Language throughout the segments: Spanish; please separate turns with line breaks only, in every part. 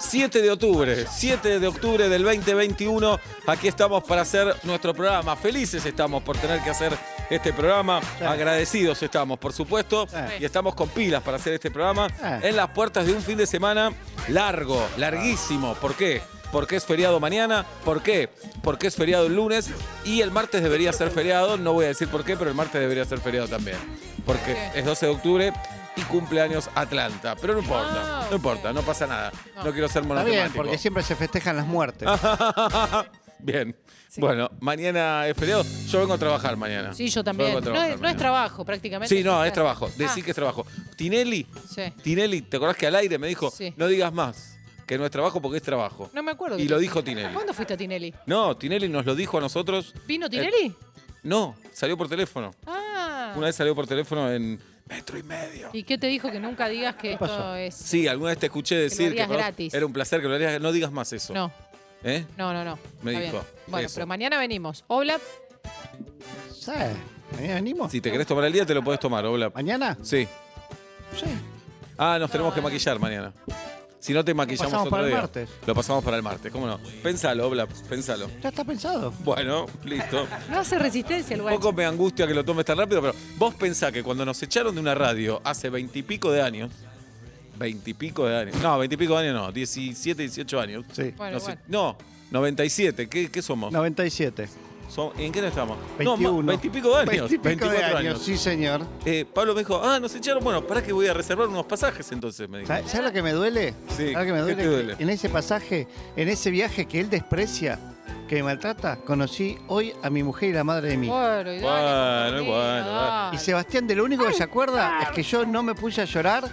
7 de octubre, 7 de octubre del 2021, aquí estamos para hacer nuestro programa. Felices estamos por tener que hacer este programa, agradecidos estamos, por supuesto, y estamos con pilas para hacer este programa en las puertas de un fin de semana largo, larguísimo. ¿Por qué? Porque es feriado mañana, ¿por qué? Porque es feriado el lunes y el martes debería ser feriado, no voy a decir por qué, pero el martes debería ser feriado también, porque es 12 de octubre y cumpleaños Atlanta, pero no importa,
Ah,
no importa, no pasa nada. No, quiero ser
Está bien,
monotemático.
porque siempre se festejan las muertes.
bien. Bueno, mañana es feriado. Yo vengo a trabajar mañana.
Sí,
vengo
yo también.
a
No
trabajar
es, no es
mañana.
trabajo, prácticamente.
Sí, no, es
Claro.
trabajo. Decí
Ah,
que es trabajo. Tinelli,
sí.
Tinelli, ¿te acordás que al aire me dijo,
Sí.
no digas más que no es trabajo porque es trabajo?
No me acuerdo.
Y
que-
lo dijo Tinelli.
¿Cuándo fuiste a Tinelli?
No, Tinelli nos lo dijo a nosotros.
¿Vino
Eh,
Tinelli?
no, salió por teléfono.
ah.
Una vez salió por teléfono en metro y medio.
¿Y qué te dijo que nunca digas que esto es.?
Sí, alguna vez te escuché decir
harías
¿verdad?
gratis.
era un placer que lo harías. No digas más eso.
No,
¿Eh?
no, no, no.
Me
Está
dijo
bien. Bueno,
eso.
pero mañana venimos. Hola.
¿Sabes? ¿Mañana ¿eh? venimos?
Si te querés tomar el día, te lo podés tomar, Oblap.
¿Mañana?
Sí.
Sí.
Ah, nos tenemos que maquillar mañana. Si no te maquillamos
pasamos
otro
para el
día.
martes.
Lo pasamos para el martes, ¿cómo no? Pensalo, Oblap, pensalo.
Ya está pensado.
Bueno, listo.
No hace resistencia el
Un
guacho.
poco me angustia que lo tomes tan rápido, pero vos pensá que cuando nos echaron de una radio hace veintipico de años, veintipico de años, no, veintipico de años no, 17, 18 años.
Sí.
Bueno,
no, sé-
igual.
no, 97, ¿qué, qué somos?
97.
Som- ¿En qué no estamos? No,
21.
veintipico de años.
20 y pico de
24
años, sí, señor.
Eh, Pablo me dijo, ah, nos echaron, bueno, para que voy a reservar unos pasajes entonces, me dijo.
¿Sabes sabes lo que me duele?
Sí,
¿Sabes lo
¿qué
que me duele?
te
Que
duele?
En ese pasaje, en ese viaje que él desprecia, que me maltrata, conocí hoy a mi mujer y la madre de mí.
Bueno, y dale,
Bueno,
Martín,
bueno,
dale.
Y Sebastián, de lo único que se acuerda es que yo no me puse a llorar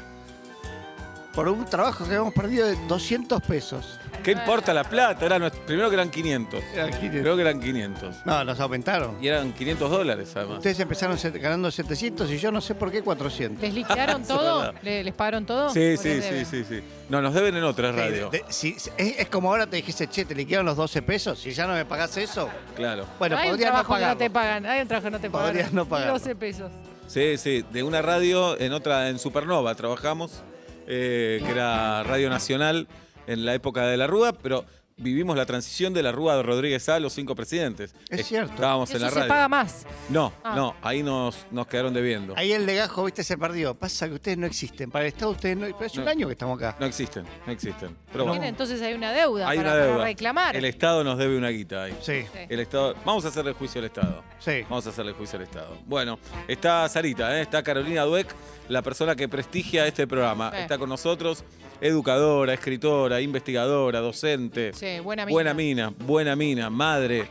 por un trabajo que habíamos perdido de 200 pesos.
¿Qué importa la plata? Era nuestro- primero que eran 500.
Eran 500.
Creo que eran 500.
No, nos aumentaron.
Y eran 500 dólares además.
Ustedes empezaron set- ganando 700 y yo no sé por qué 400.
¿Les liquidaron
Eso es
todo?
verdad.
¿Le- ¿Les pagaron todo?
Sí,
¿O
sí,
les
sí,
deben?
sí, sí. No, nos deben en otra radio.
De- de- si- si- es, es como ahora te dijiste, che, te liquidaron los 12 pesos, si ya no me pagás eso.
Claro.
Bueno,
hay un
podrías no
trabajo que no
pagar.
te pagan. Hay un trabajo que no te pagan.
Podrías no pagarlo.
12 pesos.
Sí, sí. De una radio en otra, en Supernova trabajamos, eh, que era Radio Nacional en la época de la Rúa, pero vivimos la transición de la Rúa de Rodríguez A a los cinco presidentes.
Es
Eh,
cierto.
Estábamos
Eso
en la
se
radio.
paga más.
No,
Ah.
no, ahí nos, nos quedaron debiendo.
Ahí el legajo, viste, se perdió. Pasa que ustedes no existen. Para el Estado ustedes no... Pero es un
No.
año que estamos acá.
No existen, no existen. Pero
Bien,
bueno,
Entonces hay una deuda,
hay
para,
una
para
deuda.
reclamar.
El Estado nos debe una guita ahí.
Sí,
Sí.
El Estado. Vamos a hacer el juicio al Estado.
sí.
Vamos a hacerle juicio al Estado. Bueno, está Sarita, ¿eh? está Carolina Dueck, la persona que prestigia este programa.
Sí.
Está con nosotros, educadora, escritora, investigadora, docente.
Sí, buena mina. Ah,
Buena mina, buena mina, madre,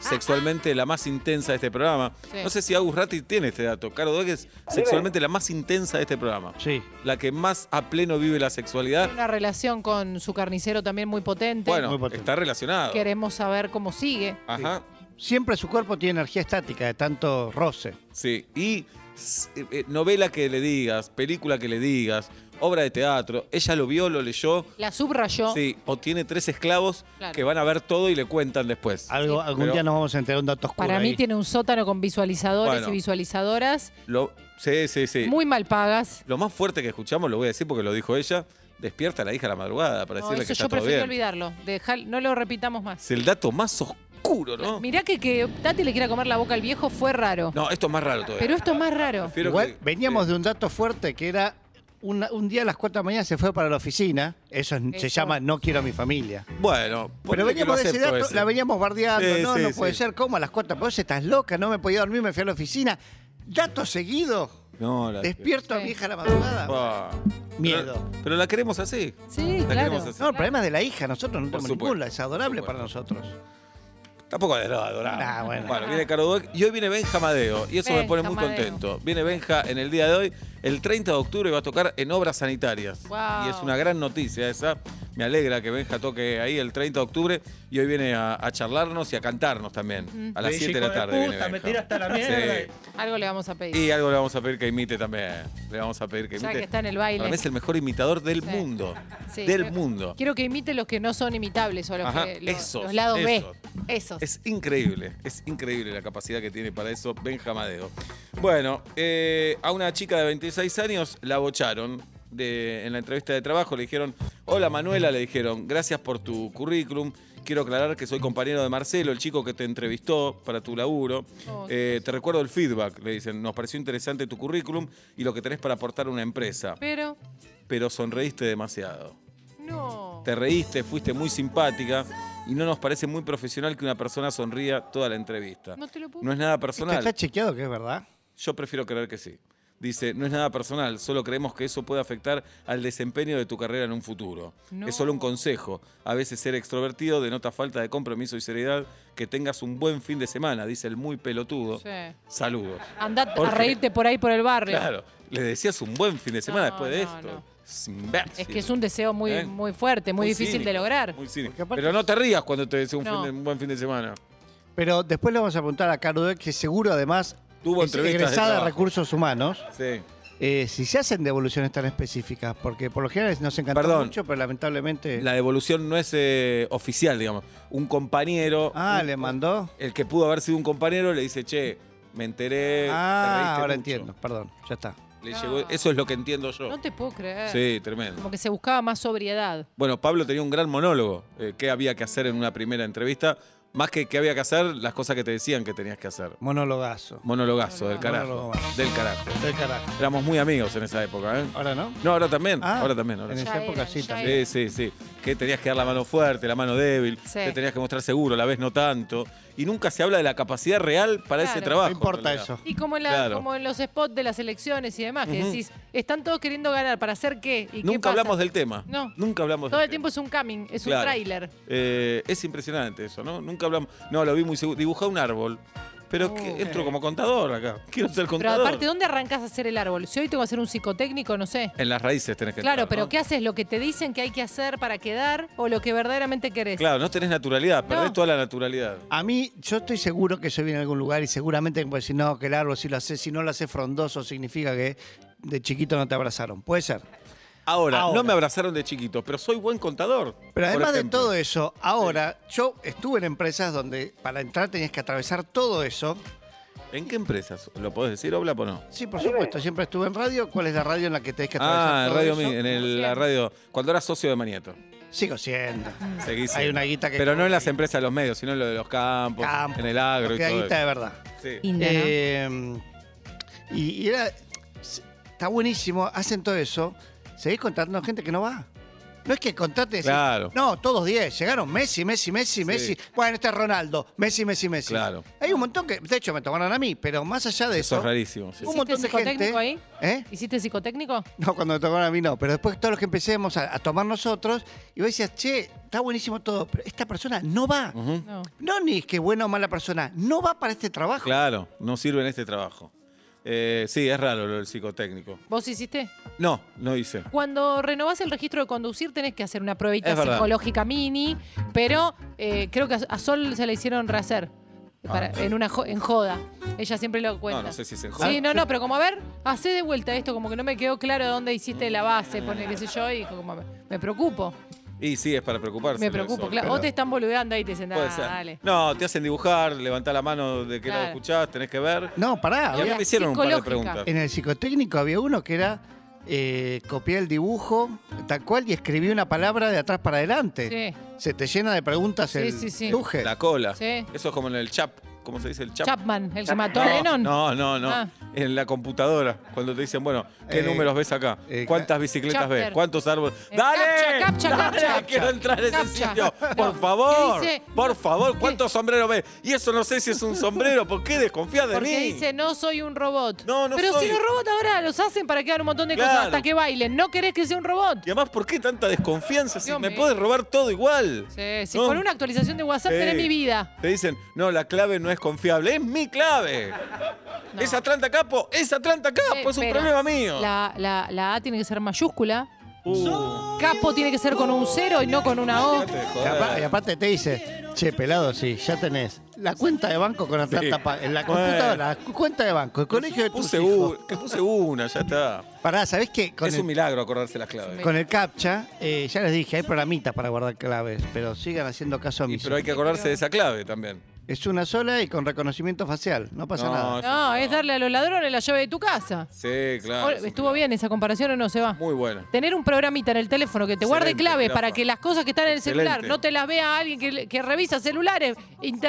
sexualmente la más intensa de este programa.
Sí.
No sé si Agus Ratti tiene este dato. Caro Dueck es sexualmente la más intensa de este programa.
Sí.
La que más a pleno vive la sexualidad.
Tiene una relación con su carnicero también muy potente.
Muy
Bueno,
potente.
está relacionado.
Queremos saber cómo sigue.
Ajá.
Siempre su cuerpo tiene energía estática de tanto roce.
Sí, y s- eh, eh, novela que le digas, película que le digas, obra de teatro, ella lo vio, lo leyó,
La subrayó.
sí, o tiene tres esclavos
Claro.
que van a ver todo y le cuentan después.
Algo,
Sí.
algún
Pero-
día nos vamos a enterar un dato oscuro
Para mí
ahí.
tiene un sótano con visualizadores
Bueno.
y visualizadoras
Lo, sí, sí, sí.
muy mal pagas.
Lo más fuerte que escuchamos, lo voy a decir porque lo dijo ella, despierta a la hija a la madrugada para
No,
decirle que
eso
está
yo
todo
prefiero
bien.
olvidarlo. Dejal- no lo repitamos más.
Es el dato más oscuro, ¿no?
Mirá que que Tati le quiera comer la boca al viejo fue raro.
No, esto es más raro todavía.
Pero esto es más raro.
Prefiero
Igual
que-
veníamos
sí.
de un dato fuerte que era una- un día a las 4 de la mañana se fue para la oficina. Eso, es- se
Eso.
llama No quiero a mi familia.
Bueno, ponele
Pero
que lo
veníamos de ese
acepto
dato,
ese.
la veníamos bardeando.
Sí,
no,
sí,
no
sí.
puede ser. ¿Cómo a las 4? Vos estás loca, no me podía dormir, me fui a la oficina. Dato seguido.
No, la-
Despierto a
Sí.
mi hija a la madrugada.
Ah.
Miedo.
Pero- pero la queremos así.
Sí,
La
claro.
queremos hacer.
No, el problema es de la hija, nosotros no
Por
tenemos
supuesto.
ninguna, es adorable
Por
para nosotros.
Tampoco es lo adorado.
Ah, bueno.
viene Caro Dueck y hoy viene Benja Madeo. Y eso me pone muy
Benja Madeo.
contento. Viene Benja en el día de hoy. El 30 de octubre va a tocar en Obras Sanitarias.
Guau.
Y es una gran noticia esa. Me alegra que Benja toque ahí el 30 de octubre y hoy viene a, a charlarnos y a cantarnos también. A las
Bellico
7 de la
de
tarde. viene
puta, me
Benja.
tira hasta la mierda.
Sí.
Algo le vamos a pedir.
Y algo le vamos a pedir que imite también. Le vamos a pedir que
Ya
imite.
que está en el baile.
Para mí es el mejor imitador del
Sí.
mundo.
Sí,
del
creo-
mundo.
Quiero que imite los que no son imitables o los,
Ajá,
que, los,
esos,
los lados
esos.
B. Esos.
Es increíble, es increíble la capacidad que tiene para eso Benjamadeo. Bueno, eh, a una chica de 26 años la bocharon de- en la entrevista de trabajo. Le dijeron, hola Manuela, le dijeron, gracias por tu currículum. Quiero aclarar que soy compañero de Marcelo, el chico que te entrevistó para tu laburo.
Oh,
Eh, te recuerdo el feedback, le dicen, nos pareció interesante tu currículum y lo que tenés para aportar a una empresa.
Pero,
Pero sonreíste demasiado.
no.
Te reíste, fuiste muy simpática y no nos parece muy profesional que una persona sonría toda la entrevista.
No te lo puedo.
No es nada
Esto está
personal.
chequeado que es verdad.
Yo prefiero creer que sí. Dice, no es nada personal, solo creemos que eso puede afectar al desempeño de tu carrera en un futuro.
No.
Es solo un consejo. A veces ser extrovertido denota falta de compromiso y seriedad. Que tengas un buen fin de semana, dice el muy pelotudo.
Sí.
Saludos.
Andá
¿Por
a
qué?
reírte por ahí por el barrio.
Claro, le decías un buen fin de semana
No,
después de
no,
esto.
no.
Es imbécil.
Es que es un deseo muy,
¿Eh?
muy fuerte, muy, difícil
cínico,
de lograr.
muy cínico.
Porque aparte-
Pero no te rías cuando te deseo un,
No.
fin de- un buen fin de semana.
Pero después le vamos a preguntar a Caro Dweck, que seguro además
Tuvo
es
entrevistas de
egresada de
trabajo.
recursos humanos.
Sí.
eh, si se hacen devoluciones tan específicas, porque por lo general nos encantó
Perdón.
mucho, pero lamentablemente.
La devolución no es eh, oficial, digamos. Un compañero.
ah,
un-
le mandó.
El que pudo haber sido un compañero le dice, che, me enteré. Eh, te
Ah,
reíste
ahora
mucho".
entiendo, perdón, ya está.
Le
No.
llegó- eso es lo que entiendo yo.
No te puedo creer.
Sí, tremendo.
Como que se buscaba más sobriedad.
Bueno, Pablo tenía un gran monólogo. eh, ¿Qué había que hacer en una primera entrevista? Más que qué había que hacer, las cosas que te decían que tenías que hacer.
Monologazo.
Monologazo, del carajo.
Monólogo.
Del carajo.
Del carajo.
Éramos muy amigos en esa época, ¿eh?
Ahora no.
No, ahora también.
Ah,
ahora también. ahora
En
Ya
esa época
eran,
sí
ya
también.
Sí, sí, sí. Que tenías que dar la mano fuerte, la mano débil,
Sí.
te tenías que mostrar seguro, a la vez no tanto. Y nunca se habla de la capacidad real para ese
Claro.
trabajo.
No importa
en realidad.
eso.
Y como en, la-
Claro.
como en los spots de las elecciones y demás, que
Ujú.
decís, están todos queriendo ganar, ¿para hacer qué? ¿Y qué
Nunca
pasa?
hablamos del tema.
No.
Nunca hablamos
Todo
del
el tiempo es un coming, es
Claro.
un tráiler.
Eh, es impresionante eso, ¿no? Nunca hablamos. No, lo vi muy seguro. Dibujá un árbol. Pero
Oh.
que- entro como contador acá. Quiero ser
Pero
contador.
aparte, ¿dónde arrancas a hacer el árbol? Si hoy tengo que hacer un psicotécnico, no sé.
En las raíces tenés que
Claro,
entrar,
pero
¿no?
¿qué haces? ¿Lo que te dicen que hay que hacer para quedar o lo que verdaderamente querés?
Claro, no tenés naturalidad, perdés
No.
toda la naturalidad.
A mí, yo estoy seguro que yo vi en algún lugar y seguramente me puede decir, no, que el árbol si lo hace, si no lo hace frondoso, significa que de chiquito no te abrazaron. Puede ser.
Ahora, no
Ahora.
me abrazaron de chiquito, pero soy buen contador. por
Pero además de
ejemplo.
todo eso, ahora yo estuve en empresas donde para entrar tenías que atravesar todo eso.
¿En qué empresas? ¿Lo podés decir, Obla, o no?
Sí, por supuesto, siempre estuve en radio. ¿Cuál es la radio en la que tenés que atravesar
Ah, en
todo
radio,
eso?
Mi- en el- la
siempre.
radio. Cuando eras socio de Manieto.
Sigo siendo.
Seguís
Hay
siendo.
una guita que...
Pero no en las empresas de los medios, sino en lo de los campos,
Campo,
en el agro y
porque hay
todo
guita
eso.
de verdad.
Sí.
Linda, ¿no?
Eh, y, y era. s- Está buenísimo, hacen todo eso. Seguís contratando gente que no va. No es que contrate. y decís,
Claro.
No, todos 10. Llegaron Messi, Messi, Messi, Messi. Bueno, este es Ronaldo. Messi, Messi, Messi.
Claro.
Hay un montón que. De hecho, me tomaron a mí, pero más allá de
Eso
eso.
es rarísimo. sí.
un
¿Hiciste
montón de
psicotécnico
gente.
ahí?
¿Eh?
¿Hiciste psicotécnico?
No, cuando me tomaron a mí no. Pero después todos los que empecemos a, a tomar nosotros, y vos decías, che, está buenísimo todo, pero esta persona no va.
Ujú.
No.
No, ni es que buena o mala persona. No va para este trabajo.
Claro, no sirve en este trabajo. Eh, sí, es raro lo del psicotécnico.
¿Vos hiciste?
No, no hice.
Cuando renovás el registro de conducir tenés que hacer una pruebita
Es verdad.
psicológica mini, pero eh, creo que a- a Sol se la hicieron rehacer para- en una jo- en joda. Ella siempre lo cuenta.
Ah, No, no sé Ah. si se enjoda.
Sí, no, no, pero como a ver, hacé de vuelta esto, como que no me quedó claro dónde hiciste la base, pone qué sé yo, y como me, me preocupo,
Y sí, es para preocuparse.
me preocupo,
eso,
claro.
pero
O te están boludeando ahí y te dicen,
puede
ah,
ser.
dale.
No, te hacen dibujar, levantá la mano de que no
Claro.
escuchás, tenés que ver.
No, pará.
Y a mí
la
me hicieron un par de
psicológica.
preguntas.
En el psicotécnico había uno que era eh, copiar el dibujo tal cual y escribí una palabra de atrás para adelante.
Sí,
Se te llena de preguntas
Sí,
el
sí, sí.
duje.
La cola.
Sí.
Eso es como en el chap. ¿Cómo se dice el chap?
Chapman, el que mató a
No,
Lennon.
no, no, no.
Ah.
En la computadora, cuando te dicen, bueno, ¿qué
Eh,
números ves acá?
eh,
¿Cuántas bicicletas ves?
chapter.
¿Cuántos árboles?
Eh,
¡Dale!
captcha, captcha,
¡Dale!
captcha.
Quiero entrar en ese
Captcha.
sitio. Por
No,
favor,
¿qué dice?
por favor, ¿cuántos sombreros ves? Y eso no sé si es un sombrero, ¿por qué desconfías de
Porque
mí?
dice, no soy un robot.
No, no
Pero
soy.
si los robots ahora los hacen para quedar un montón de
Claro.
cosas hasta que bailen. No querés que sea un robot.
Y además, ¿por qué tanta desconfianza? Si
Dios
me
mío.
puedes robar todo igual.
Sí, sí,
No.
con una actualización de WhatsApp
Sí.
tenés mi vida.
Te dicen, no, la clave no es confiable, es mi clave.
No.
pues Es Atlanta Capo, es Atlanta Capo,
Eh,
es un
pero
problema mío.
La, la- la A tiene que ser mayúscula,
Uh,
Capo tiene que ser con un cero y no con una O.
dejate de
Y apa- y
joder.
aparte te dice, che, pelado, sí, ya tenés la cuenta de banco con Atlanta
Sí.
Pago, en la computadora, la cu- cuenta de banco, el colegio de tus
Puse,
hijos.
un- que puse una, ya está.
Pará, ¿sabés qué? Con
es un
el,
milagro acordarse las claves.
con el CAPTCHA, eh, ya les dije, hay programitas para guardar claves, pero sigan haciendo caso a
Y-
mis
pero hay que acordarse de esa clave también.
Es una sola y con reconocimiento facial, no pasa
No,
nada.
No, es darle a los ladrones la llave de tu casa.
Ah, Sí, claro.
O-
es un
¿Estuvo
milagro.
bien esa comparación o no se va?
Muy buena.
Tener un programita en el teléfono que te guarde
Excelente,
clave
Rafa.
para que las cosas que están en el celular
Excelente.
no te las vea alguien que, le- que revisa celulares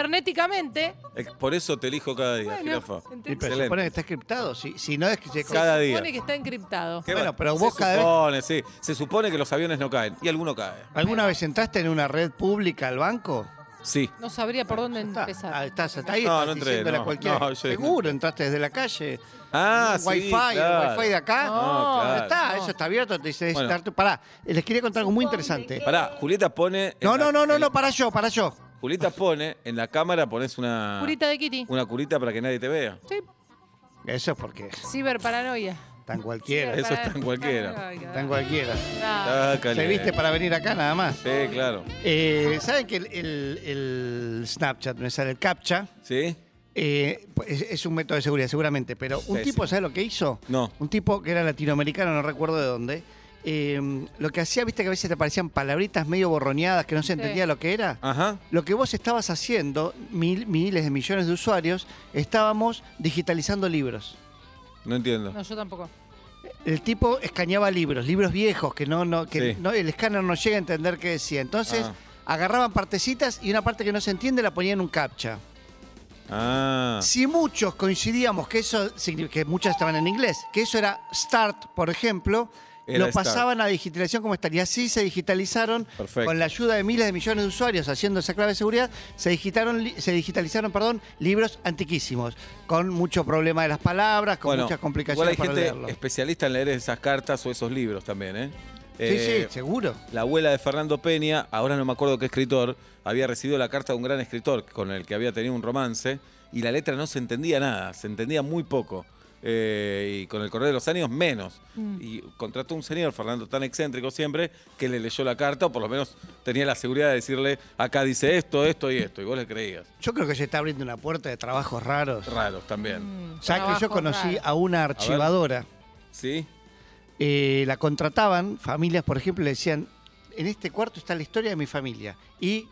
interneticamente.
Eh, Por eso te elijo cada día,
Bueno,
jirafa.
ent-
Y pero se
Excelente.
supone que está encriptado, si, si no es que se-
Cada
se
día.
supone que está encriptado.
¿Qué
Bueno,
va-
pero vos
se
cada vez-
supone, sí. Se supone que los aviones no caen. Y alguno cae.
¿Alguna vez entraste en una red pública al banco?
Sí.
No sabría por dónde
Está, ah,
empezar.
estás, está ahí,
No,
estás
no entré,
diciéndole a
no.
cualquiera.
No, yo-
Seguro, entraste desde la calle.
Ah, sí,
un wifi,
claro.
el wifi de acá.
No,
No
claro.
está, eso está abierto, te dice
Bueno.
estar- Pará, les quería contar algo muy interesante.
Pará, Julieta pone. en
No,
la-
no, no, no,
en-
no, para yo, para yo.
Julieta pone, en la cámara pones una.
Curita de Kitty.
Una curita para que nadie te vea.
Sí,
Eso es porque
ciberparanoia.
tan cualquiera,
Eso está en cualquiera.
tan cualquiera.
cualquiera.
Sácale.
Se viste para venir acá nada más.
Sí, claro.
Eh, ¿Saben que el, el- el Snapchat me sale el captcha?
¿Sí?
Eh, pues, es, es un método de seguridad, seguramente, pero un
Pésimo.
tipo, ¿sabe lo que hizo?
No.
Un tipo que era latinoamericano, no recuerdo de dónde. eh, lo que hacía, viste que a veces te aparecían palabritas medio borroneadas que no se entendía lo que era.
Ajá.
Lo que vos estabas haciendo, mil- miles de millones de usuarios, estábamos digitalizando libros.
No entiendo.
No, yo tampoco.
El tipo escaneaba libros, libros viejos que no, no, que
Sí.
no- el escáner no llega a entender qué decía. Entonces,
Ah.
agarraban partecitas y una parte que no se entiende la ponían en un captcha.
Ah.
Si muchos coincidíamos que eso, signi- que muchas estaban en inglés, que eso era start, por ejemplo,
Era
lo
start.
pasaban a digitalización como start. Y así se digitalizaron
Perfecto.
con la ayuda de miles de millones de usuarios haciendo esa clave de seguridad, se, digitaron, li- se digitalizaron perdón, libros antiquísimos, con mucho problema de las palabras, con
Bueno,
muchas
igual hay
complicaciones para
gente este,
leerlo.
especialista en leer esas cartas o esos libros también, ¿eh?
sí,
Eh,
sí, seguro.
La abuela de Fernando Peña, ahora no me acuerdo qué escritor, había recibido la carta de un gran escritor con el que había tenido un romance y la letra no se entendía nada, se entendía muy poco. Eh, y con el correr de los años, menos. Y contrató un señor, Fernando, tan excéntrico siempre, que le leyó la carta o por lo menos tenía la seguridad de decirle, acá dice esto, esto y esto. Y vos le creías.
Yo creo que se está abriendo una puerta de trabajos raros.
Raros también.
Ya que yo
Trabajo
conocí
raro.
a una archivadora.
¿Sí?
Eh, la contrataban, familias, por ejemplo, le decían, en este cuarto está la historia de mi familia. Y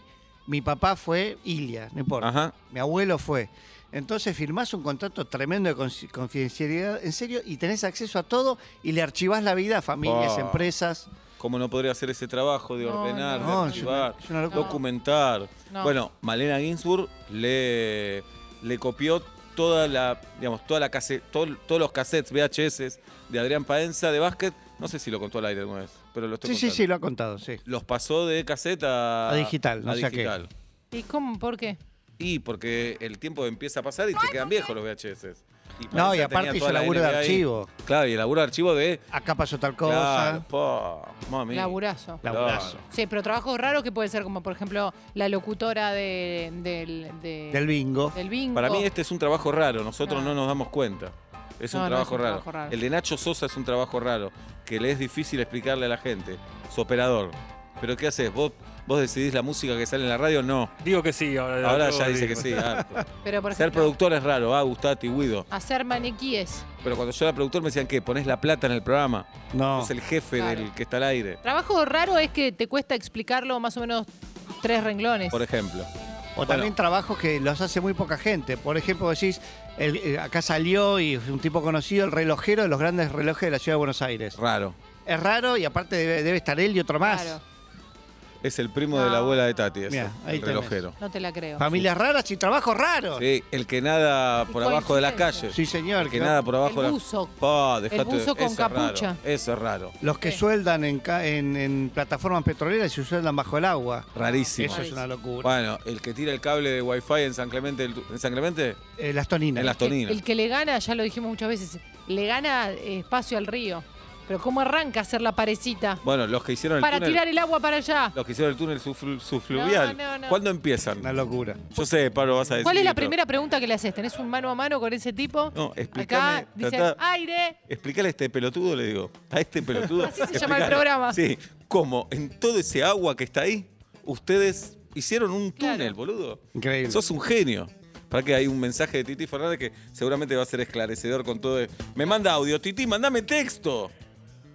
mi papá fue Ilia, no importa.
Ajá.
Mi abuelo fue. Entonces firmás un contrato tremendo de cons- confidencialidad, en serio, y tenés acceso a todo y le archivás la vida a familias,
Wow.
empresas.
¿Cómo no podría hacer ese trabajo de
No,
ordenar,
no,
de
no,
archivar,
es una- es una locura.
documentar?
No.
Bueno, Malena Ginsburg le, le copió toda la, digamos, toda la cassette, todo- todos los cassettes VHS de Adrián Paenza de básquet. No sé si lo contó al aire alguna vez, pero lo estoy
Sí, sí,
contando.
sí, lo ha contado, sí.
Los pasó de cassette a,
A digital, no
a
sé a qué.
digital.
¿Y cómo? ¿Por qué?
Y porque el tiempo empieza a pasar y te quedan viejos los VHS.
No, y
Paenza tenía
aparte hizo
toda la
laburo de
NBA ahí.
archivo.
Claro, y el laburo de archivo de...
Acá pasó tal
Claro,
cosa.
po, mami.
Laburazo.
Laburazo.
Sí, pero trabajos raros que puede ser como, por ejemplo, la locutora de, del, de-
Del bingo.
del bingo.
Para mí este es un trabajo raro, nosotros
Oh. Ah.
no nos damos cuenta. Es
No,
un,
no,
trabajo,
es un
raro.
trabajo raro.
El de Nacho Sosa es un trabajo raro, que le es difícil explicarle a la gente. Su operador. Pero ¿qué haces? ¿Vos, ¿Vos decidís la música que sale en la radio? No.
Digo que sí. Ahora,
Ahora
yo
ya dice que
digo.
sí. ah, claro.
Pero, por
Ser
ejemplo,
productor es raro, ah, Gustati, Guido.
hacer maniquíes.
Pero cuando yo era productor me decían que ponés la plata en el programa.
No.
Es el jefe
Claro.
del que está al aire,
Trabajo raro es que te cuesta explicarlo más o menos tres renglones.
por ejemplo.
O también trabajos que los hace muy poca gente. Por ejemplo, decís, el- eh, acá salió y es un tipo conocido, el relojero de los grandes relojes de la ciudad de Buenos Aires.
Raro.
Es raro y aparte debe, debe estar él y otro más.
Claro,
Es el primo de la abuela de Tati, ese,
Mirá, ahí
el
tenés.
relojero.
no te la creo.
Familias raras y trabajos raros. Sí,
Sí, el que nada por
Y
abajo de la
coincidencia.
calle.
señor.
Porque
que-
nada por abajo.
El
de la-
buzo.
Pa, dejate-
buzo con
eso es raro,
capucha.
eso es raro.
Los que
Sí.
sueldan en, ca- en- en plataformas petroleras y se sueldan bajo el agua.
Rarísimo.
Eso es una locura.
Bueno, el que tira el cable de wifi en San Clemente, del Tu- en San Clemente,
Eh, las toninas.
en las
El,
toninas.
el que le gana, ya lo dijimos muchas veces, le gana eh, espacio al río. Pero ¿cómo arranca a hacer la parecita?
Bueno, los que hicieron el
Para
túnel.
tirar el agua para allá.
Los que hicieron el túnel subflu- subfluvial.
No, no, no.
¿Cuándo empiezan?
Una locura.
Yo sé, Pablo, vas a decir.
¿Cuál es la
pero-
primera pregunta que le haces? ¿Tenés un mano a mano con ese tipo?
No, explícame.
Acá dicen, ah.
tratá-
aire.
Explícale a este pelotudo, le digo. A este pelotudo.
Así se llama el
explícale.
programa.
Sí. ¿Cómo? En todo ese agua que está ahí, ustedes hicieron un
Claro.
túnel, boludo.
Increíble.
Sos un genio. Para que hay un mensaje de Titi Fernández que seguramente va a ser esclarecedor con todo. Me manda audio. Titi, mandame texto.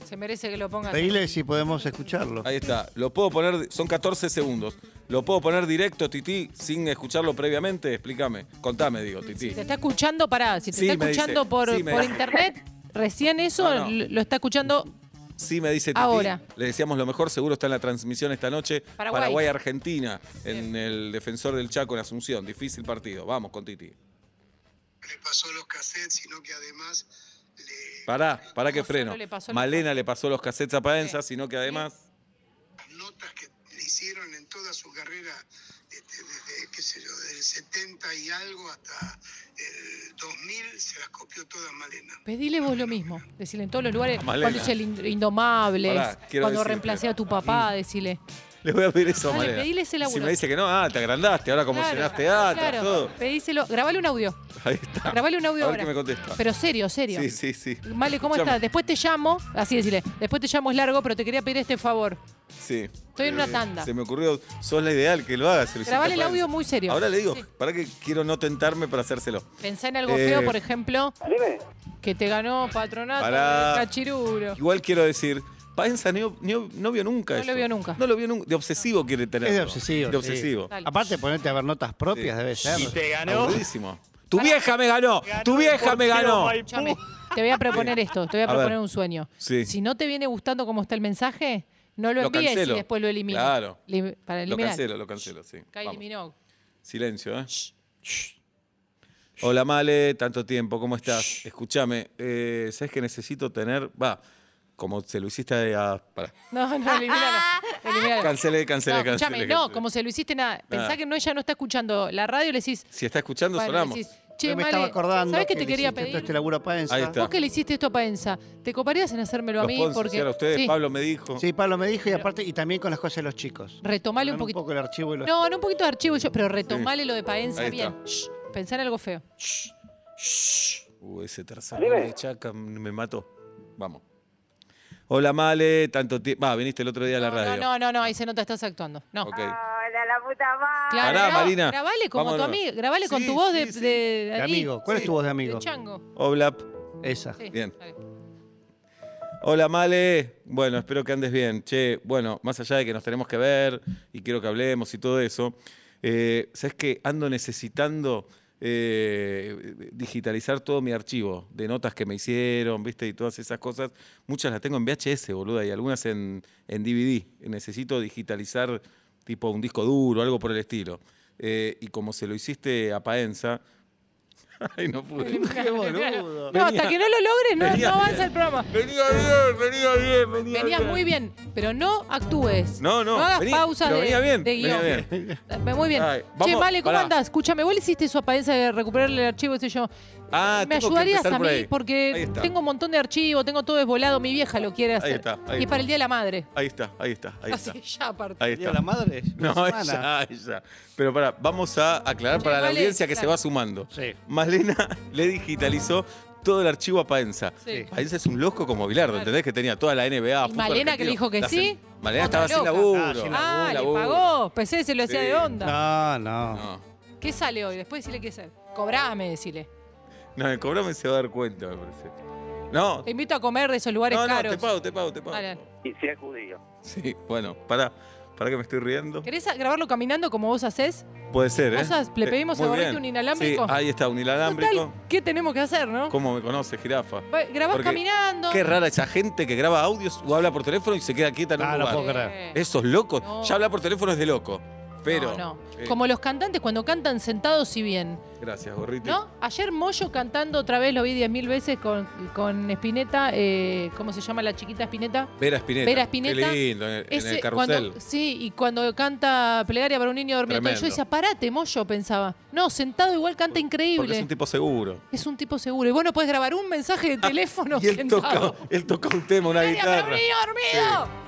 Se merece que lo pongan.
Pedile si podemos escucharlo.
Ahí está. Lo puedo poner. Son 14 segundos. ¿Lo puedo poner directo, Titi, sin escucharlo previamente? Explícame. Contame, digo, Titi.
Si te está escuchando, pará. Si te
Sí,
está
me dice.
escuchando por,
Sí, me
por
dice.
internet, recién eso
No, no.
l- lo está escuchando.
Sí, me dice Titi.
Ahora.
Le deseamos lo mejor, seguro está en la transmisión esta noche.
Paraguay.
Paraguay-Argentina, en el Defensor del Chaco en Asunción. Difícil partido. Vamos con Titi.
le pasó los cassettes, sino que además le-
Pará, pará que
No
freno.
solo le pasó los
Malena le pasó los cassettes a Paenza, sino que además.
las notas que le hicieron en toda su carrera, este, desde, qué sé yo, del 70 y algo hasta el 2000, se las copió todas Malena.
Pedile vos lo mismo. Decirle en todos los lugares.
A Malena.
Cuando hice el in- Indomables,
Pará, quiero
cuando
decirte. Mm.
reemplacé a tu papá, decirle.
Le voy a pedir eso a
Dale,
Malena.
pedile ese
si
laburo.
me dice que no, ah, te agrandaste, ahora como llenaste teatro,
claro.
todo.
Pedíselo. Grabale un audio.
Ahí está.
Grabale un audio
a ver qué
ahora.
me contesta.
Pero serio, serio.
sí, sí, sí.
Vale, ¿cómo
Escuchame.
estás? Después te llamo, así decirle, después te llamo es largo, pero te quería pedir este favor.
Sí. Eh,
Estoy en una tanda.
Se me ocurrió, sos la ideal que lo hagas. se lo hiciste
Grabale el
a Paenza.
audio muy serio.
Ahora le digo,
Sí.
para que quiero no tentarme para hacérselo.
Pensá en algo
Eh,
feo, por ejemplo,
Dime,
que te ganó patronato
Pará.
de Ah, cachiruro.
Igual quiero decir, Paenza no, no- no vio nunca
No lo
eso.
vio nunca.
No lo vio nunca. De obsesivo quiere tener.
Es de obsesivo,
De
sí.
obsesivo.
Dale.
Aparte, ponerte a ver notas propias debe ser.
y te ganó.
Aburridísimo. Tu vieja me ganó. Tu
Ganó el
vieja me
portero
ganó.
Maipú.
Escuchame, te voy a proponer esto, te voy a,
A
proponer
ver.
un sueño.
Sí.
Si no te viene gustando cómo está el mensaje, no lo,
Lo
envíes
cancelo.
y después lo eliminas.
Claro.
Lim- para
Lo
eliminar.
cancelo, lo cancelo, sí.
Kylie
Vamos.
Minogue.
Silencio, ¿eh? Hola, Male, tanto tiempo, ¿cómo estás? Escúchame, eh, ¿sabes que necesito tener? Va, como se lo hiciste a. Pará.
No, no, eliminalo. eliminalo.
Cancelé, cancelé, cancelé.
no, escuchame, no,
cancelé.
como se lo hiciste nada. Pensá
Nada.
que no, ella no está escuchando la radio y le decís,
Si está escuchando,
Bueno,
sonamos.
decís,
Yo
che,
me
Male,
estaba acordando.
¿sabés que te
le
quería
hiciste
pedir?
todo este laburo a Paenza.
Ahí está.
Vos que le hiciste esto a Paenza, ¿te coparías en hacérmelo a
Los
mí?
puedo
porque
ensuciar a ustedes,
sí,
Pablo me dijo.
Sí, Pablo me dijo y aparte, y también con las cosas de los chicos.
retomale un
Poner
poquito.
poco el archivo y los.
No, no un poquito de archivo, yo, pero retomale lo de Paenza
Ahí
bien.
está.
Shh, pensá en algo feo.
Uh, ese tercer
Dime.
de Chaca me mató. Vamos. Hola, Male, tanto tiempo. Va, viniste el otro día a la
No,
radio.
no, no, no, ahí se nota, estás actuando. No.
Ok.
Hola, la puta madre.
Claro,
Pará,
no,
Marina.
Grabale como
Vámonos.
tu amigo, grabale con
Sí,
tu voz
sí,
de,
sí.
de-
De
ahí,
amigo. ¿Cuál
Sí.
es tu voz de
De
amigo?
chango.
Hola.
Esa.
Sí,
Bien.
dale.
Hola, Male. Bueno, espero que andes bien. Che, bueno, más allá de que nos tenemos que ver y quiero que hablemos y todo eso, eh, ¿sabes que Ando necesitando eh, digitalizar todo mi archivo de notas que me hicieron, ¿viste? Y todas esas cosas. Muchas las tengo en VHS, boluda, y algunas en, en DVD. Necesito digitalizar tipo un disco duro, algo por el estilo. Eh, y como se lo hiciste a Paenza. Ay, no pude.
Qué boludo.
No,
Venía-
hasta que no lo logres, no,
venía
no avanza el programa.
Venía bien, venía bien, venía
Venías muy bien, pero no actúes.
No, no,
No hagas
venía-
pausas
pero
de,
venía bien,
de
venía
guión. Muy bien.
Ay,
che,
vamos,
Male, ¿cómo
pará.
andás? Escúchame, vos le hiciste eso a Paenza de recuperarle el archivo, sé yo.
Ah,
¿Me
tengo que
ayudarías
empezar
a
por
mí?
ahí. Ahí
Porque
está.
tengo un montón de archivos, tengo todo desvolado, mi vieja lo quiere hacer.
está, ahí
y es
está.
para el Día de la Madre.
Ahí está, ahí está, ahí está.
Así ya aparte.
Ahí
¿Día de la
está.
madre?
No,
Semana.
ella, ella. Pero pará, vamos a aclarar
Sí,
para la
vale,
audiencia que se
claro.
va sumando.
Sí.
Malena le digitalizó todo el archivo a Paenza.
Sí.
Paenza es un loco como Bilardo, ¿entendés? Que tenía toda la NBA.
Y
fútbol
Malena que
argentino.
le dijo que
La
sí,
sen- Malena
otra
estaba sin
loca.
laburo.
Ah, sin
Ah, le
laburo.
pagó. Pensé que se lo hacía
Sí.
de onda.
No, no.
No,
¿Qué sale hoy? Después decirle qué sale. Cobrame, decirle.
no, el cobrame se va a dar cuenta, me parece. No,
Te invito a comer de esos lugares
no, no,
caros.
te pago, te pago, te pago.
Dale, dale.
Y si es judío.
Sí, bueno, pará, pará que me estoy riendo.
¿Querés grabarlo caminando como vos hacés?
Puede ser, ¿eh?
Cosas, le
Te-
pedimos a
muy
Gorriti
bien.
un inalámbrico.
Sí, ahí está, un inalámbrico.
Total, ¿qué tenemos que hacer, no?
¿Cómo me conoce, jirafa?
Va- Grabás
Porque-
caminando.
Qué rara esa gente que graba audios o habla por teléfono y se queda quieta en un
Ah, no
lugar.
puedo
Sí.
creer.
Esos locos.
No.
Ya hablar por teléfono es de loco. espero.
No, no.
Eh,
Como los cantantes cuando cantan sentados y bien.
Gracias, gorrito.
¿No? Ayer Moyo cantando otra vez, lo vi 10.000 veces con, con Spinetta. eh, ¿Cómo se llama la chiquita Spinetta?
Vera Spinetta.
Vera Spinetta.
Qué lindo, en el, en el
Ese,
carrusel.
cuando- sí, y cuando canta Plegaria para un niño dormido,
Tremendo.
yo decía, parate, Moyo, pensaba. No, sentado igual canta
Porque es
increíble.
un tipo seguro.
Es un tipo seguro. Y bueno, puedes grabar un mensaje de teléfono
y él toca,
sentado.
él toca un tema, una
Plegaria para un
guitarra.
niño dormido!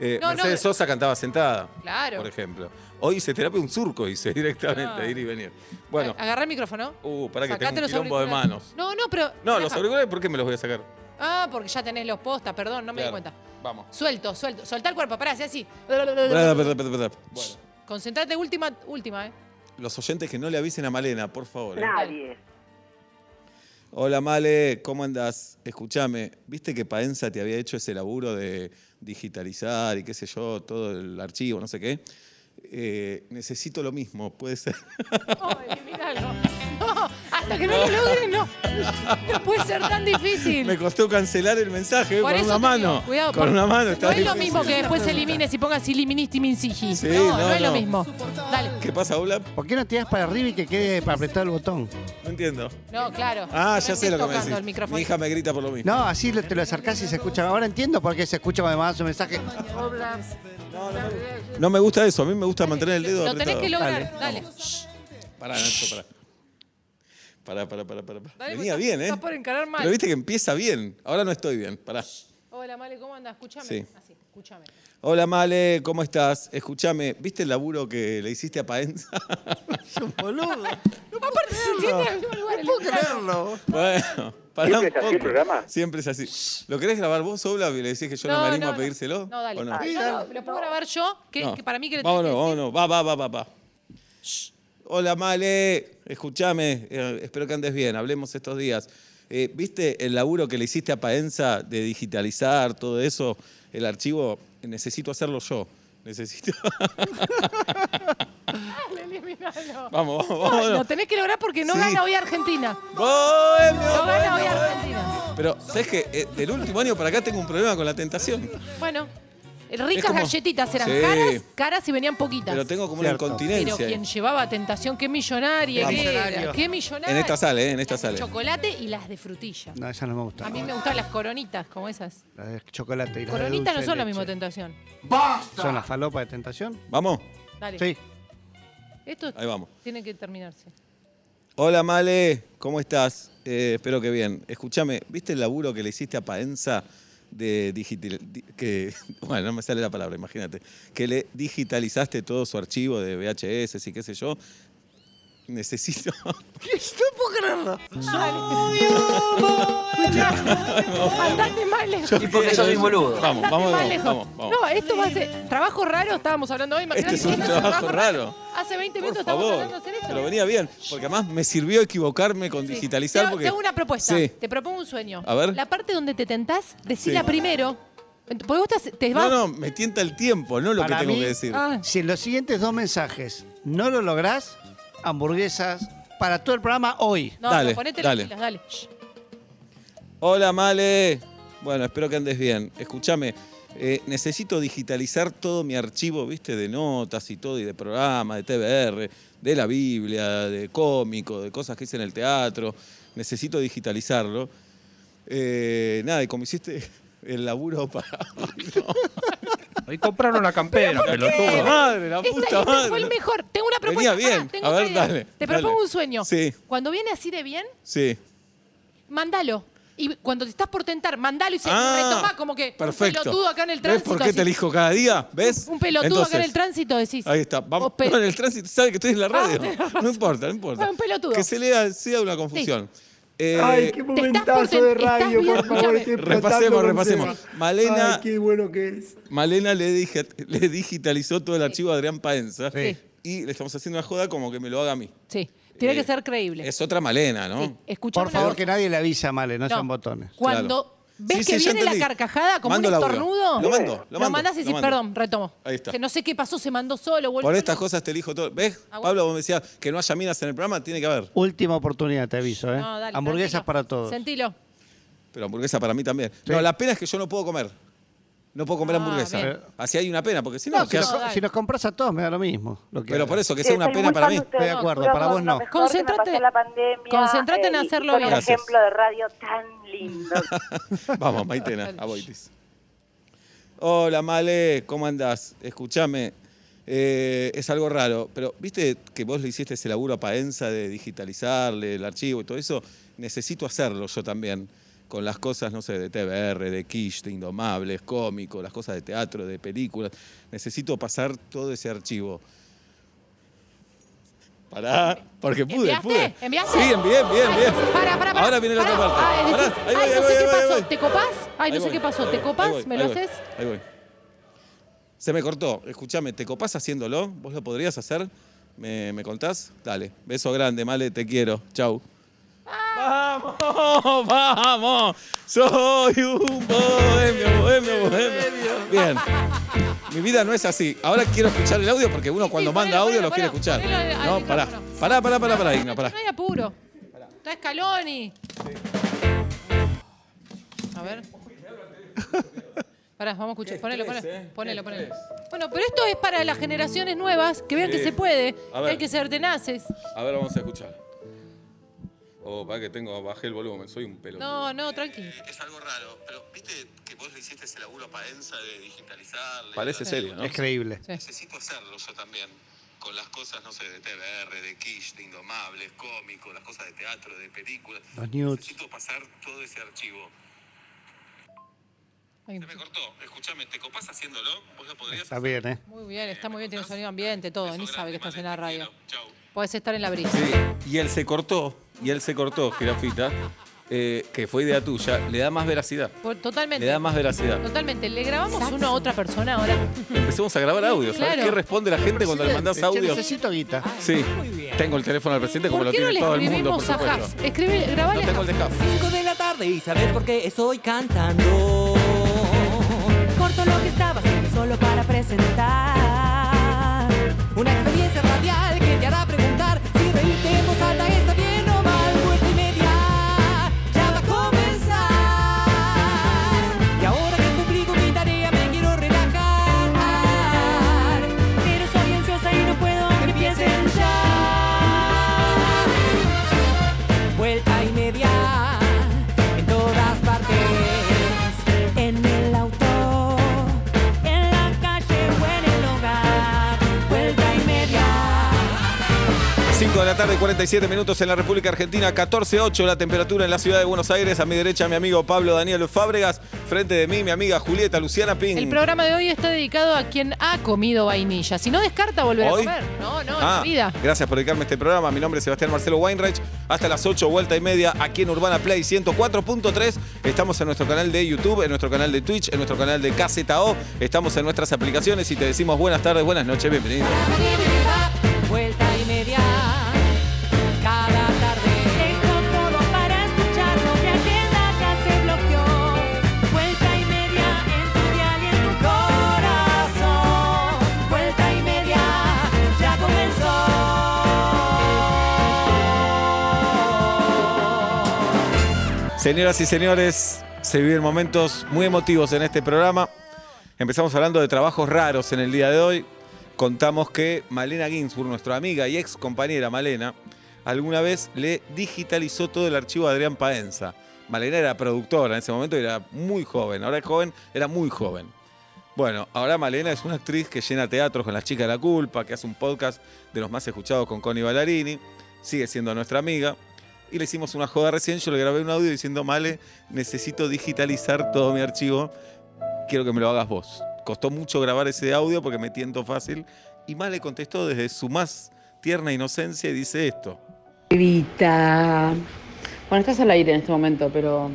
Eh,
No, no,
Mercedes
no.
Sosa cantaba sentada.
Claro.
Por ejemplo. Hoy hice terapia un surco, hice directamente,
Ah.
ir y venir. Bueno,
A- Agarrá el micrófono.
uh, pará que
Sacate
tengo un
los
quilombo de
auriculares.
manos.
No, no, pero.
No,
deja.
los auriculares, ¿por qué me los voy a sacar? No
Ah, porque ya tenés los postas, perdón, no me di cuenta.
Vamos.
Suelto, suelto. Soltá el cuerpo, pará, hacé así.
Pará, pará, pará, pará. Bueno,
Concentrate, última, última, ¿eh?
los oyentes que no le avisen a Malena, por favor. ¿eh?
Nadie.
Hola Male, ¿cómo andás? Escúchame, viste que Paenza te había hecho ese laburo de digitalizar y qué sé yo, todo el archivo, no sé qué. Eh, necesito lo mismo, puede ser.
Ay, milagro. No, hasta que no lo logren, no. No puede ser tan difícil.
Me costó cancelar el mensaje eh,
Por
con
eso
una
te
mano.
digo, cuidado,
con
por-
una mano,
No
está
es lo
difícil.
mismo que después elimines y pongas iliministi minsiji.
Sí,
no, no,
no,
es lo
no.
mismo. Dale.
¿Qué pasa, Ola?
¿Por qué no te das para arriba y que quede para apretar el botón?
No entiendo.
No, claro.
Ah, ya
No
sé
estés
lo que me
tocando
decís.
el micrófono.
Mi hija me grita por lo mismo.
No, así lo- te lo acercás y se escucha. Ahora entiendo por qué se escucha además su mensaje.
No, me gusta eso, a mí me gusta mantener el dedo
Lo
apretado.
tenés que lograr. Dale.
Pará, Nacho, pará. Pará, pará, pará, pará.
Dale,
Venía
porque
bien, ¿eh?
estás por encarar mal.
Pero viste que empieza bien. Ahora no estoy bien, pará.
Hola, Male, ¿cómo andas? Escúchame.
Sí.
Así, escúchame.
Hola Male, ¿cómo estás? Escúchame, ¿viste el laburo que le hiciste a Paenza?
Boludo.
Aparte se entiende en el mismo lugar. el milagro.
Verlo.
bueno, pará un poco. Siempre es así. ¿Lo querés grabar vos, Ola, y le decís que yo no, me animo a pedírselo?
No, dale.
¿O no?
Ah, no, no, lo puedo grabar yo, que,
No.
que para mí que le tenés
Vámonos,
que decir.
vámonos. Va, va, va, va, va. Shh. Hola Male, escúchame, eh, espero que andes bien, hablemos estos días. Eh, ¿Viste el laburo que le hiciste a Paenza de digitalizar todo eso, el archivo? Necesito hacerlo yo. Necesito.
Dale, eliminalo.
vamos, vamos,
No,
vámonos.
lo tenés que lograr porque no
Sí.
gana hoy Argentina.
Bohemio,
No gana hoy
bohemio, bohemio.
Argentina.
Pero, ¿sabes qué? Eh, Del último año para acá tengo un problema con la tentación.
Bueno, eh,
Es
ricas
como-
galletitas eran
Sí.
caras, caras y venían poquitas.
Pero tengo como una
Cierto.
Pero
incontinencia. ahí.
quien llevaba tentación, qué millonaria,
Vamos.
que era,
Millonario.
qué millonaria.
En esta sale, ¿eh? En esta
Las de
sale.
chocolate y las de frutilla.
No, esa no me gusta.
A mí me gustan las coronitas, como esas.
La de chocolate y la de
Coronitas
dulce
no
de
son la
leche.
misma tentación.
¿Son las falopas de tentación?
Vamos.
Dale.
Sí.
Esto
Ahí vamos.
tiene que terminarse.
Hola Male, ¿cómo estás? Eh, espero que bien. Escúchame, ¿viste el laburo que le hiciste a Paenza de digital, di- que bueno, no me sale la palabra, imagínate, que le digitalizaste todo su archivo de VHS y qué sé yo? Necesito.
Andate más lejos.
Y porque
sos un boludo.
Vamos, vamos,
Andate más
vamos,
lejos.
vamos, vamos.
No, esto va a ser trabajo raro, estábamos hablando hoy. Imagínate
Este es un
que
trabajo raro.
Hace 20
Por
minutos estábamos
favor,
hablando de hacer esto.
pero venía bien, porque además me sirvió equivocarme con
Sí.
digitalizar.
Te-
porque...
Te hago una propuesta.
Sí.
Te propongo un sueño.
A ver.
La parte donde te tentás, decila
Sí.
primero. Ent- Porque vos te, te
No,
vas.
no, me tienta el tiempo, no lo
Para
que tengo
mí-
que decir.
Ah,
Si en los siguientes dos mensajes no lo lográs, hamburguesas para todo el programa hoy.
no,
Dale,
no, ponete
dale.
las pilas, dale. Shh.
Hola, Male. Bueno, espero que andes bien. Escúchame, eh, necesito digitalizar todo mi archivo, viste, de notas y todo, y de programas, de TBR, de la Biblia, de cómico, de cosas que hice en el teatro. Necesito digitalizarlo. Eh, nada, y como hiciste el laburo para...
Ahí compraron una campera,
¡Puta
pelotudo.
madre, la
Esta-
puta
Eh, este fue el
madre!
mejor. Tengo una propuesta.
Venía bien.
pará, tengo
A ver,
otra idea.
dale,
Te
dale.
propongo un sueño.
Sí.
Cuando viene así de bien,
Sí.
mándalo. Y cuando te estás por tentar, mándalo y se
Ah,
retoma como que
perfecto.
un pelotudo acá en el tránsito.
¿Ves por qué te
así.
elijo cada día? ¿Ves?
Un pelotudo
Entonces,
acá en el tránsito decís. "Oh,
Ahí está, vamos.
O pe-
No, en el tránsito sabe que estoy en la radio.
tenés razón.
no importa, no importa.
Ah, un pelotudo.
Que se lea sea una confusión. Eh,
Ay, qué
Te estás por
momentazo de
ten- estás
radio, por
bien,
favor.
escúchame.
estoy
Repasemos,
explotando con
repasemos.
Seba.
Malena-
Ay, qué bueno que es.
Malena le, dije, le digitalizó todo el archivo a Adrián Paenza.
Sí.
Y le estamos haciendo una joda como que me lo haga a mí.
este
Sí. Tiene
Eh,
que ser creíble.
Es otra Malena, ¿no?
Sí. Escuchame
Por
una
favor,
cosa.
que nadie le avisa, Male, no,
No.
sean botones.
Cuando
Claro.
ves
Sí,
que
sí, ya
viene la
entendí.
carcabada como
Mando
un
laburo.
estornudo,
Lo mando, lo mando,
mandás y
lo
decís,
mando.
perdón, retomo.
Ahí está.
Que no sé qué pasó, se mandó solo.
Por estas cosas te elijo todo. ¿Ves?
Aguanta.
Pablo, vos me decías que no haya minas en el programa, tiene que haber.
Última oportunidad, te aviso, ¿eh? hamburguesas para todos.
Sentilo.
Pero hamburguesa para mí también. No, la pena es que yo no puedo comer. no puedo comer
Ah,
hamburguesa.
bien.
Así hay una pena, porque si no,
No, si,
se
nos,
hace-
dale.
si nos compras a todos me da lo mismo. lo que
pero
hagas.
por eso, que
Eh,
sea una
Estoy
pena
muy
para
fan
mí.
ustedes,
Estoy de acuerdo,
creo
para
que
vos
es lo
no.
mejor que me
Concéntrate-
pasó la pandemia,
concéntrate en
y- y
hacerlo
con
bien.
un
Gracias.
ejemplo de radio tan lindo.
Vamos, Maitena, a Boitis. Hola, Male, ¿cómo andás? Escúchame, eh, es algo raro, pero viste que vos le hiciste ese laburo a Paenza de digitalizarle el archivo y todo eso. Necesito hacerlo yo también con las cosas, no sé, de TBR, de Quiche, de Indomables, cómico, las cosas de teatro, de películas. Necesito pasar todo ese archivo. Pará, porque pude,
¿Enviaste?
pude.
¿Enviaste?
Sí, envié, bien,
Ay,
bien.
Para, para, para.
Ahora viene la otra parte.
Ah, decís,
Pará, ahí voy,
ay,
ahí
no
voy, ahí voy, ahí
sé qué pasó.
voy.
¿Te copás? Ay, no
Ahí
sé
voy,
qué pasó.
ahí
¿Te
voy,
copás?
ahí voy,
¿Me lo
ahí voy,
haces?
Ahí voy. Se me cortó. Escúchame, ¿te copás haciéndolo? ¿Vos lo podrías hacer? ¿Me, me contás? Dale. Beso grande, Male, te quiero. Chau. ¡Vamos! ¡Vamos! Soy un bohemio, bohemio, bohemio. Bien. Mi vida no es así. Ahora quiero escuchar el audio porque uno
Sí,
cuando
sí,
manda
ponelo,
audio lo
ponelo,
quiere escuchar.
ponelo al- al
No, pará.
micrófono.
Pará, pará, pará, pará, Igna, pará.
No hay apuro. Está Scaloni. A ver. Pará, vamos a escuchar. Ponelo,
estrés,
ponelo.
eh.
Ponelo,
Qué
ponelo.
estrés.
Bueno, pero esto es para las generaciones nuevas que vean que
Sí.
se puede,
A
que
ver.
hay que ser tenaces.
A ver, vamos a escuchar. Oh, para que tengo, bajé el volumen, soy un pelotudo.
No, no, tranqui.
Es algo raro, pero viste que vos le hiciste ese laburo a Paenza de digitalizarle.
Parece serio, ¿no?
Es creíble.
Sí.
Necesito hacerlo yo también. Con las cosas, no sé, de TBR, de Kish, de Indomables, cómico, las cosas de teatro, de películas.
Los nudes.
Necesito pasar todo ese archivo.
Ay,
Se me cortó. Escúchame, ¿te copás haciéndolo? ¿Vos lo podrías
Está bien, ¿eh?
muy bien, está muy bien, tiene sonido ambiente, todo. Ni sabe que estás en la radio.
Chau.
Podés estar en la brisa.
Sí, y él se cortó, y él se cortó, Girafita, eh, que fue idea tuya, le da más veracidad.
Por-
Le
Totalmente.
da más veracidad.
Totalmente. Le grabamos uno a otra persona ahora.
Empecemos a grabar audios, a ver
Claro.
qué responde la gente cuando le mandás
Presidente, che,
audio. Ah,
Necesito guita.
Sí, tengo el teléfono del presidente como
Ah,
lo
¿Por qué no
tiene
le
todo el mundo, por
escribimos a
supuesto.
Huff? Escribe, grabale
No
a
tengo el
Huff.
de Huff.
5 de la tarde y saber por qué estoy cantando. Corto lo que estaba haciendo solo para presentar una experiencia radial que te hará preguntar si reírte en voz alta está bien o mal. Vuelta y media ya va a comenzar. Y ahora que cumplí con mi tarea me quiero relajar. Pero soy ansiosa y no puedo que empiecen ya vuelta y media en todas partes. En el auto, en la calle o en el hogar, vuelta y media.
5 de la tarde, 47 minutos en la República Argentina, 14.8 la temperatura en la ciudad de Buenos Aires. A mi derecha, mi amigo Pablo Daniel Fábregas. Frente de mí, mi amiga Julieta Luciana Ping.
El programa de hoy está dedicado a quien ha comido vainilla. Si no descarta volver
¿Hoy?
a comer. No, no,
Ah,
en la vida.
Gracias por dedicarme a este programa. Mi nombre es Sebastián Marcelo Weinreich. Hasta las 8, vuelta y media, aquí en Urbana Play 104.3. Estamos en nuestro canal de YouTube, en nuestro canal de Twitch, en nuestro canal de KZO. Estamos en nuestras aplicaciones y te decimos buenas tardes, buenas noches, bienvenido.
Vuelta y media, cada tarde. Dejo todo para escucharlo, mi agenda ya se bloqueó. Vuelta y media en tu dial y en tu corazón. Vuelta y media, ya comenzó.
Señoras y señores, se viven momentos muy emotivos en este programa. Empezamos hablando de trabajos raros en el día de hoy. Contamos que Malena Ginsburg, nuestra amiga y ex compañera Malena, alguna vez le digitalizó todo el archivo a Adrián Paenza. Malena era productora en ese momento y era muy joven. Ahora es joven, era muy joven. Bueno, ahora Malena es una actriz que llena teatros con Las Chicas de la Culpa, que hace un podcast de los más escuchados con Connie Ballarini. Sigue siendo nuestra amiga. Y le hicimos una joda recién. Yo le grabé un audio diciendo, Male, necesito digitalizar todo mi archivo quiero que me lo hagas vos. Costó mucho grabar ese audio porque me tiento fácil. Y más le contestó desde su más tierna inocencia y dice esto.
Evita. Bueno, estás al aire en este momento, pero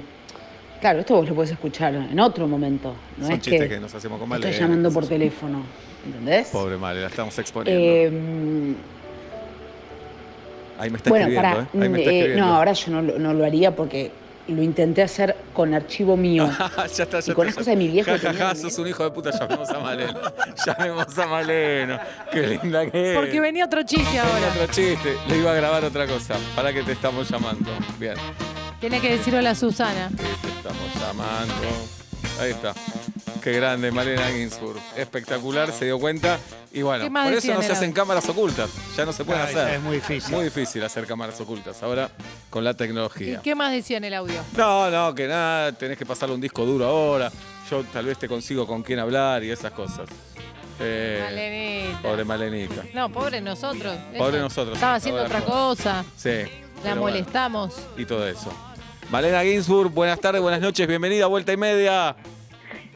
claro, esto vos lo podés escuchar en otro momento. No
Son
es
chistes
que,
que, nos hacemos con
te
Male.
estoy llamando por teléfono, ¿entendés?
Pobre Male, la estamos exponiendo.
Eh,
Ahí me está
bueno,
escribiendo,
para,
¿eh? Ahí me está escribiendo.
no, ahora yo no, lo- no lo haría porque lo intenté hacer con archivo mío.
Ah, ya está, ya
y con las
está.
cosas de mi viejo ¿eh?
Ja, ja,
tenía
ja,
dinero.
sos un hijo de puta, llamemos a Malena. llamemos a Malena. Qué linda que es.
Porque venía otro chiste
Tenía
ahora.
Eh. otro chiste. Le iba a grabar otra cosa. Para que te estamos llamando. Bien.
Tiene que decir hola a Susana.
Te estamos llamando. Ahí está. Qué grande, Malena Ginsburg. Espectacular, se dio cuenta. Y bueno,
¿Qué más
por eso
decían
no
de
se
la-
hacen cámaras ocultas. Ya no se pueden
Ay,
hacer.
es muy difícil.
Muy difícil hacer cámaras ocultas ahora con la
¿Y
tecnología.
qué más decía en el audio?
No, no, que nada, tenés que pasarle un disco duro ahora. Yo tal vez te consigo con quién hablar y esas cosas. Eh,
Malenita.
Pobre Malenita.
No, pobre nosotros.
Pobre
Ella
nosotros.
Estaba haciendo
Ahora,
otra cosa.
Sí.
La
pero bueno.
molestamos.
y todo eso. Malena Ginsburg, buenas tardes, buenas noches, bienvenida a Vuelta y Media.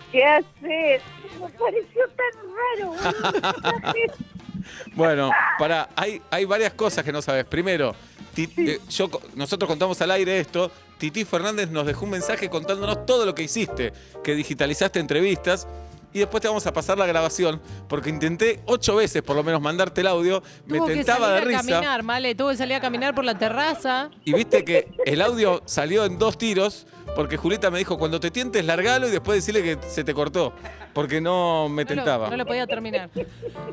¿Qué haces? Me pareció tan raro. boludo.
Bueno, para hay, hay varias cosas que no sabes. Primero, Ti- eh, yo, co- nosotros contamos al aire esto. Titi Fernández nos dejó un mensaje contándonos todo lo que hiciste, que digitalizaste entrevistas. Y después te vamos a pasar la grabación, porque intenté ocho veces por lo menos mandarte el audio, me
Tuvo que
tentaba de
salir a
risa.
caminar, Male. Tuvo que salir a caminar por la terraza.
Y viste que el audio salió en dos tiros porque Julieta me dijo, cuando te tientes, largalo y después decirle que se te cortó, porque no me
No lo-
tentaba.
No lo, podía terminar.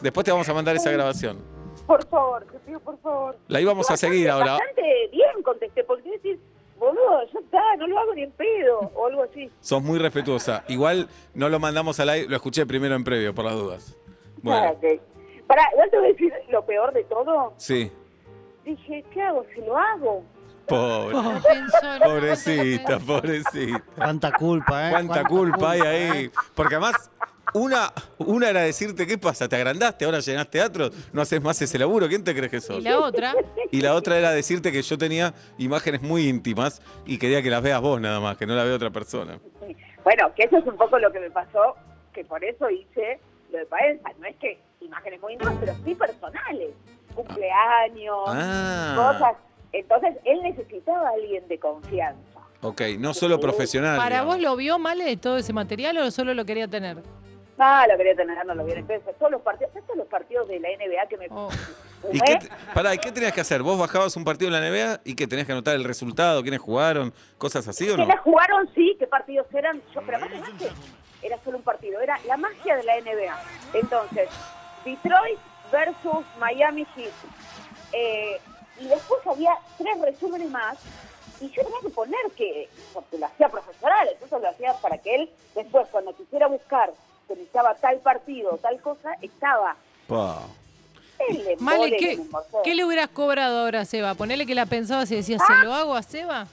Después te vamos a mandar esa grabación.
Por favor, te pido por favor.
La íbamos a
Bastante-
seguir ahora.
Bastante bien contesté, porque decir, boludo, ya está, no lo hago ni en pedo, o algo así.
Sos muy respetuosa. Igual no lo mandamos al aire, lo escuché primero en previo, por las dudas. Bueno,
Para, Ah, igual te voy a decir lo peor de todo.
sí.
Dije, ¿qué hago? Si lo hago.
Pobre.
No pensó, no,
Pobrecita, pobrecita.
Cuánta culpa, ¿eh?
Cuánta culpa ¿eh? hay ahí. Porque además, una, una era decirte, ¿qué pasa? ¿Te agrandaste? ¿Ahora llenás teatro? ¿No haces más ese laburo? ¿Quién te crees que
Y
sos?
la otra,
Y la otra era decirte que yo tenía imágenes muy íntimas y quería que las veas vos nada más, que no la vea otra persona.
Bueno, que eso es un poco lo que me pasó, que por eso hice lo de Paenza. No es que imágenes muy íntimas, pero sí personales. Cumpleaños,
Ah.
cosas. Entonces, él necesitaba a alguien de confianza.
Ok, no solo profesional.
Uh, ¿para
digamos.
vos lo vio Male de todo ese material o solo lo quería tener?
No, Ah, lo quería tener, no lo hubiera. Entonces, todos los partidos, estos son los partidos de la NBA que me
Oh.
¿Y
fumé.
qué, te- pará, ¿y qué tenías que hacer? ¿Vos bajabas un partido en la NBA y que tenías que anotar el resultado, quiénes jugaron, cosas así o no?
Que la jugaron, sí, qué partidos eran. Yo, pero aparte, no es que era solo un partido, era la magia de la NBA. Entonces, Detroit versus Miami Heat. Eh, y después había tres resúmenes más. Y yo tenía que poner que, porque lo hacía profesional, entonces lo hacía para que él, después, cuando quisiera buscar que necesitaba tal partido, tal cosa, estaba.
Pa.
El embole
Male,
que
¿qué,
me embolsó.
qué le hubieras cobrado ahora a Seba? Ponele que la pensabas y decías, ¿se lo hago a Seba?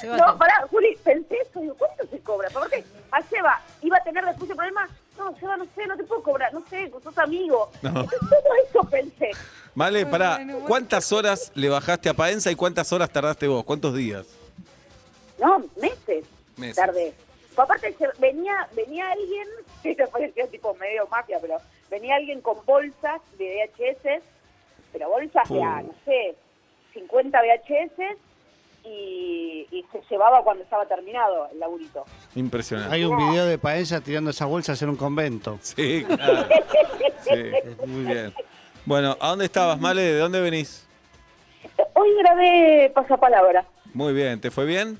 Seba,
No,
te-
pará, Juli, pensé eso, digo, ¿cuánto se cobra? Porque a Seba iba a tener después el problema, no, Seba, no sé, no te puedo cobrar, no sé, sos amigo. Entonces, Todo eso pensé.
Vale, pará,
bueno, bueno.
¿cuántas horas le bajaste a Paenza y cuántas horas tardaste vos? ¿Cuántos días?
No, meses,
Meses.
tardé. Pero aparte se- venía, venía alguien, que parecía tipo medio mafia, pero venía alguien con bolsas de VHS, pero bolsas de, ah, no sé, 50 VHS y, y se llevaba cuando estaba terminado el laburito.
Impresionante.
Hay un video de Paenza tirando esas bolsas en un convento.
Sí, claro. Sí, muy bien. Bueno, ¿a dónde estabas, Male? ¿De dónde venís?
Hoy grabé Pasapalabra.
Muy bien, ¿te fue bien?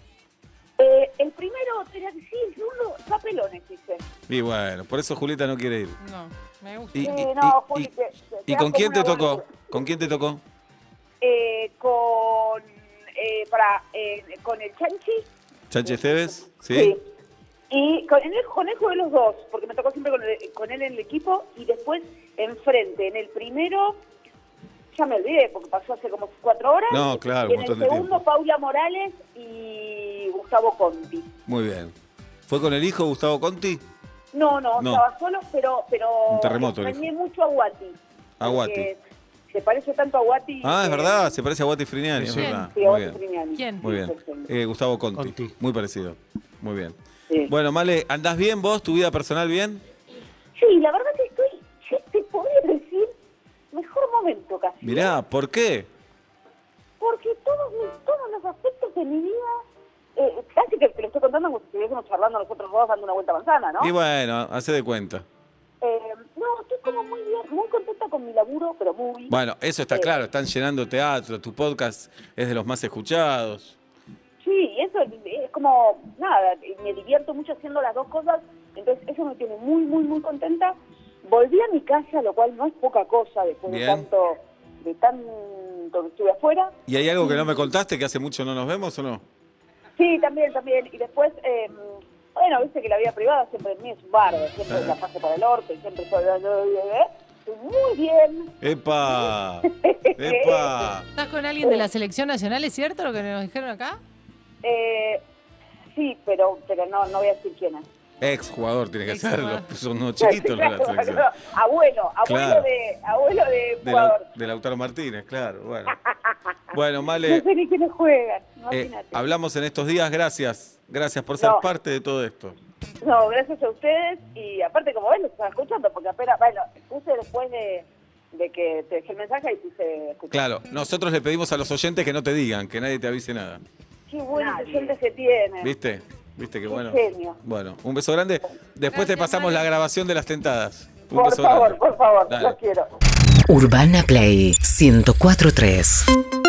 Eh, el primero era que sí, el segundo, papelones, dicen.
Y bueno, por eso Julieta no quiere ir.
no, me gusta.
¿Y,
Sí,
y-
no,
y-
Juli,
y-
te- te
y con
quedas como
quién te
una
tocó?
boluda.
¿Con quién te tocó?
Eh, con, eh, para, eh, con el Chanchi.
¿Sánchez Tevez? ¿Sí?
Y con él, con él jugué los dos, porque me tocó siempre con, el- con él en el equipo y después enfrente. En el primero, ya me olvidé, porque pasó hace como cuatro horas.
No, claro, un
Y en el
montón de tiempo.
segundo, Paula Morales y Gustavo Conti.
Muy bien. ¿Fue con el hijo Gustavo Conti?
No, no,
No.
estaba solo, pero, pero
Un terremoto,
extrañé mucho a Guati.
A Guati.
Porque Se parece tanto a Guati.
Ah, es
eh,
verdad, se parece a Guati Friniani, es
Sí.
verdad.
sí, a
Muy
Guati
bien.
Friniani.
Bien.
Muy bien. Eh, Gustavo Conti.
Conti.
Muy parecido. Muy bien.
Sí.
Bueno, Male, ¿andás bien vos? ¿Tu vida personal bien?
Sí, la verdad que estoy, yo te podría decir, mejor momento casi. ¿eh?
Mirá, ¿por qué?
Porque todos, mis- todos los aspectos de mi vida, eh, casi que te lo estoy contando como si estuviésemos charlando nosotros dos dando una vuelta a manzana, ¿no?
Y bueno, hace de cuenta.
Eh, no, estoy como muy bien, muy contenta con mi laburo, pero muy...
Bueno, eso está
Sí.
claro, están llenando teatro, tu podcast es de los más escuchados.
Sí, eso es como, nada, me divierto mucho haciendo las dos cosas, entonces eso me tiene muy, muy, muy contenta. Volví a mi casa, lo cual no es poca cosa después de
Bien.
tanto, de tanto que estuve afuera.
¿Y hay algo que no me contaste que hace mucho no nos vemos o no?
Sí, también, también. Y después, eh, Bueno, viste que la vida privada siempre es mí es un bardo, siempre
Claro.
la paso para el orto y siempre soy... ¿eh? Estoy muy bien.
¡Epa! ¡Epa!
¿Estás con alguien de la selección nacional, es cierto lo que nos dijeron acá?
Eh, sí, pero pero no, no voy a decir quién es.
Ex jugador tiene que ser,
Exjugador.
los- son unos chiquitos los de la
Claro,
selección.
claro. Abuelo, abuelo
Claro.
de abuelo de
De, la,
jugador.
de Lautaro Martínez, claro, bueno. Bueno,
No
Male,
sé ni quiénes juegan,
eh,
imagínate.
hablamos en estos días, gracias. Gracias por ser
No.
parte de todo esto.
No, gracias a ustedes y aparte como ven, los están escuchando, porque apenas, bueno, puse después de, de que te dejé el mensaje y puse escuchar.
Claro, nosotros le pedimos a los oyentes que no te digan, que nadie te avise nada.
Qué buenos oyentes que tienen.
¿Viste? ¿Viste que
Qué
bueno?
genio.
Bueno, un beso grande. Después te pasamos la grabación de las tentadas. Un
Por
beso
favor,
grande.
por favor,
Dale.
los quiero.
Urbana Play 1043.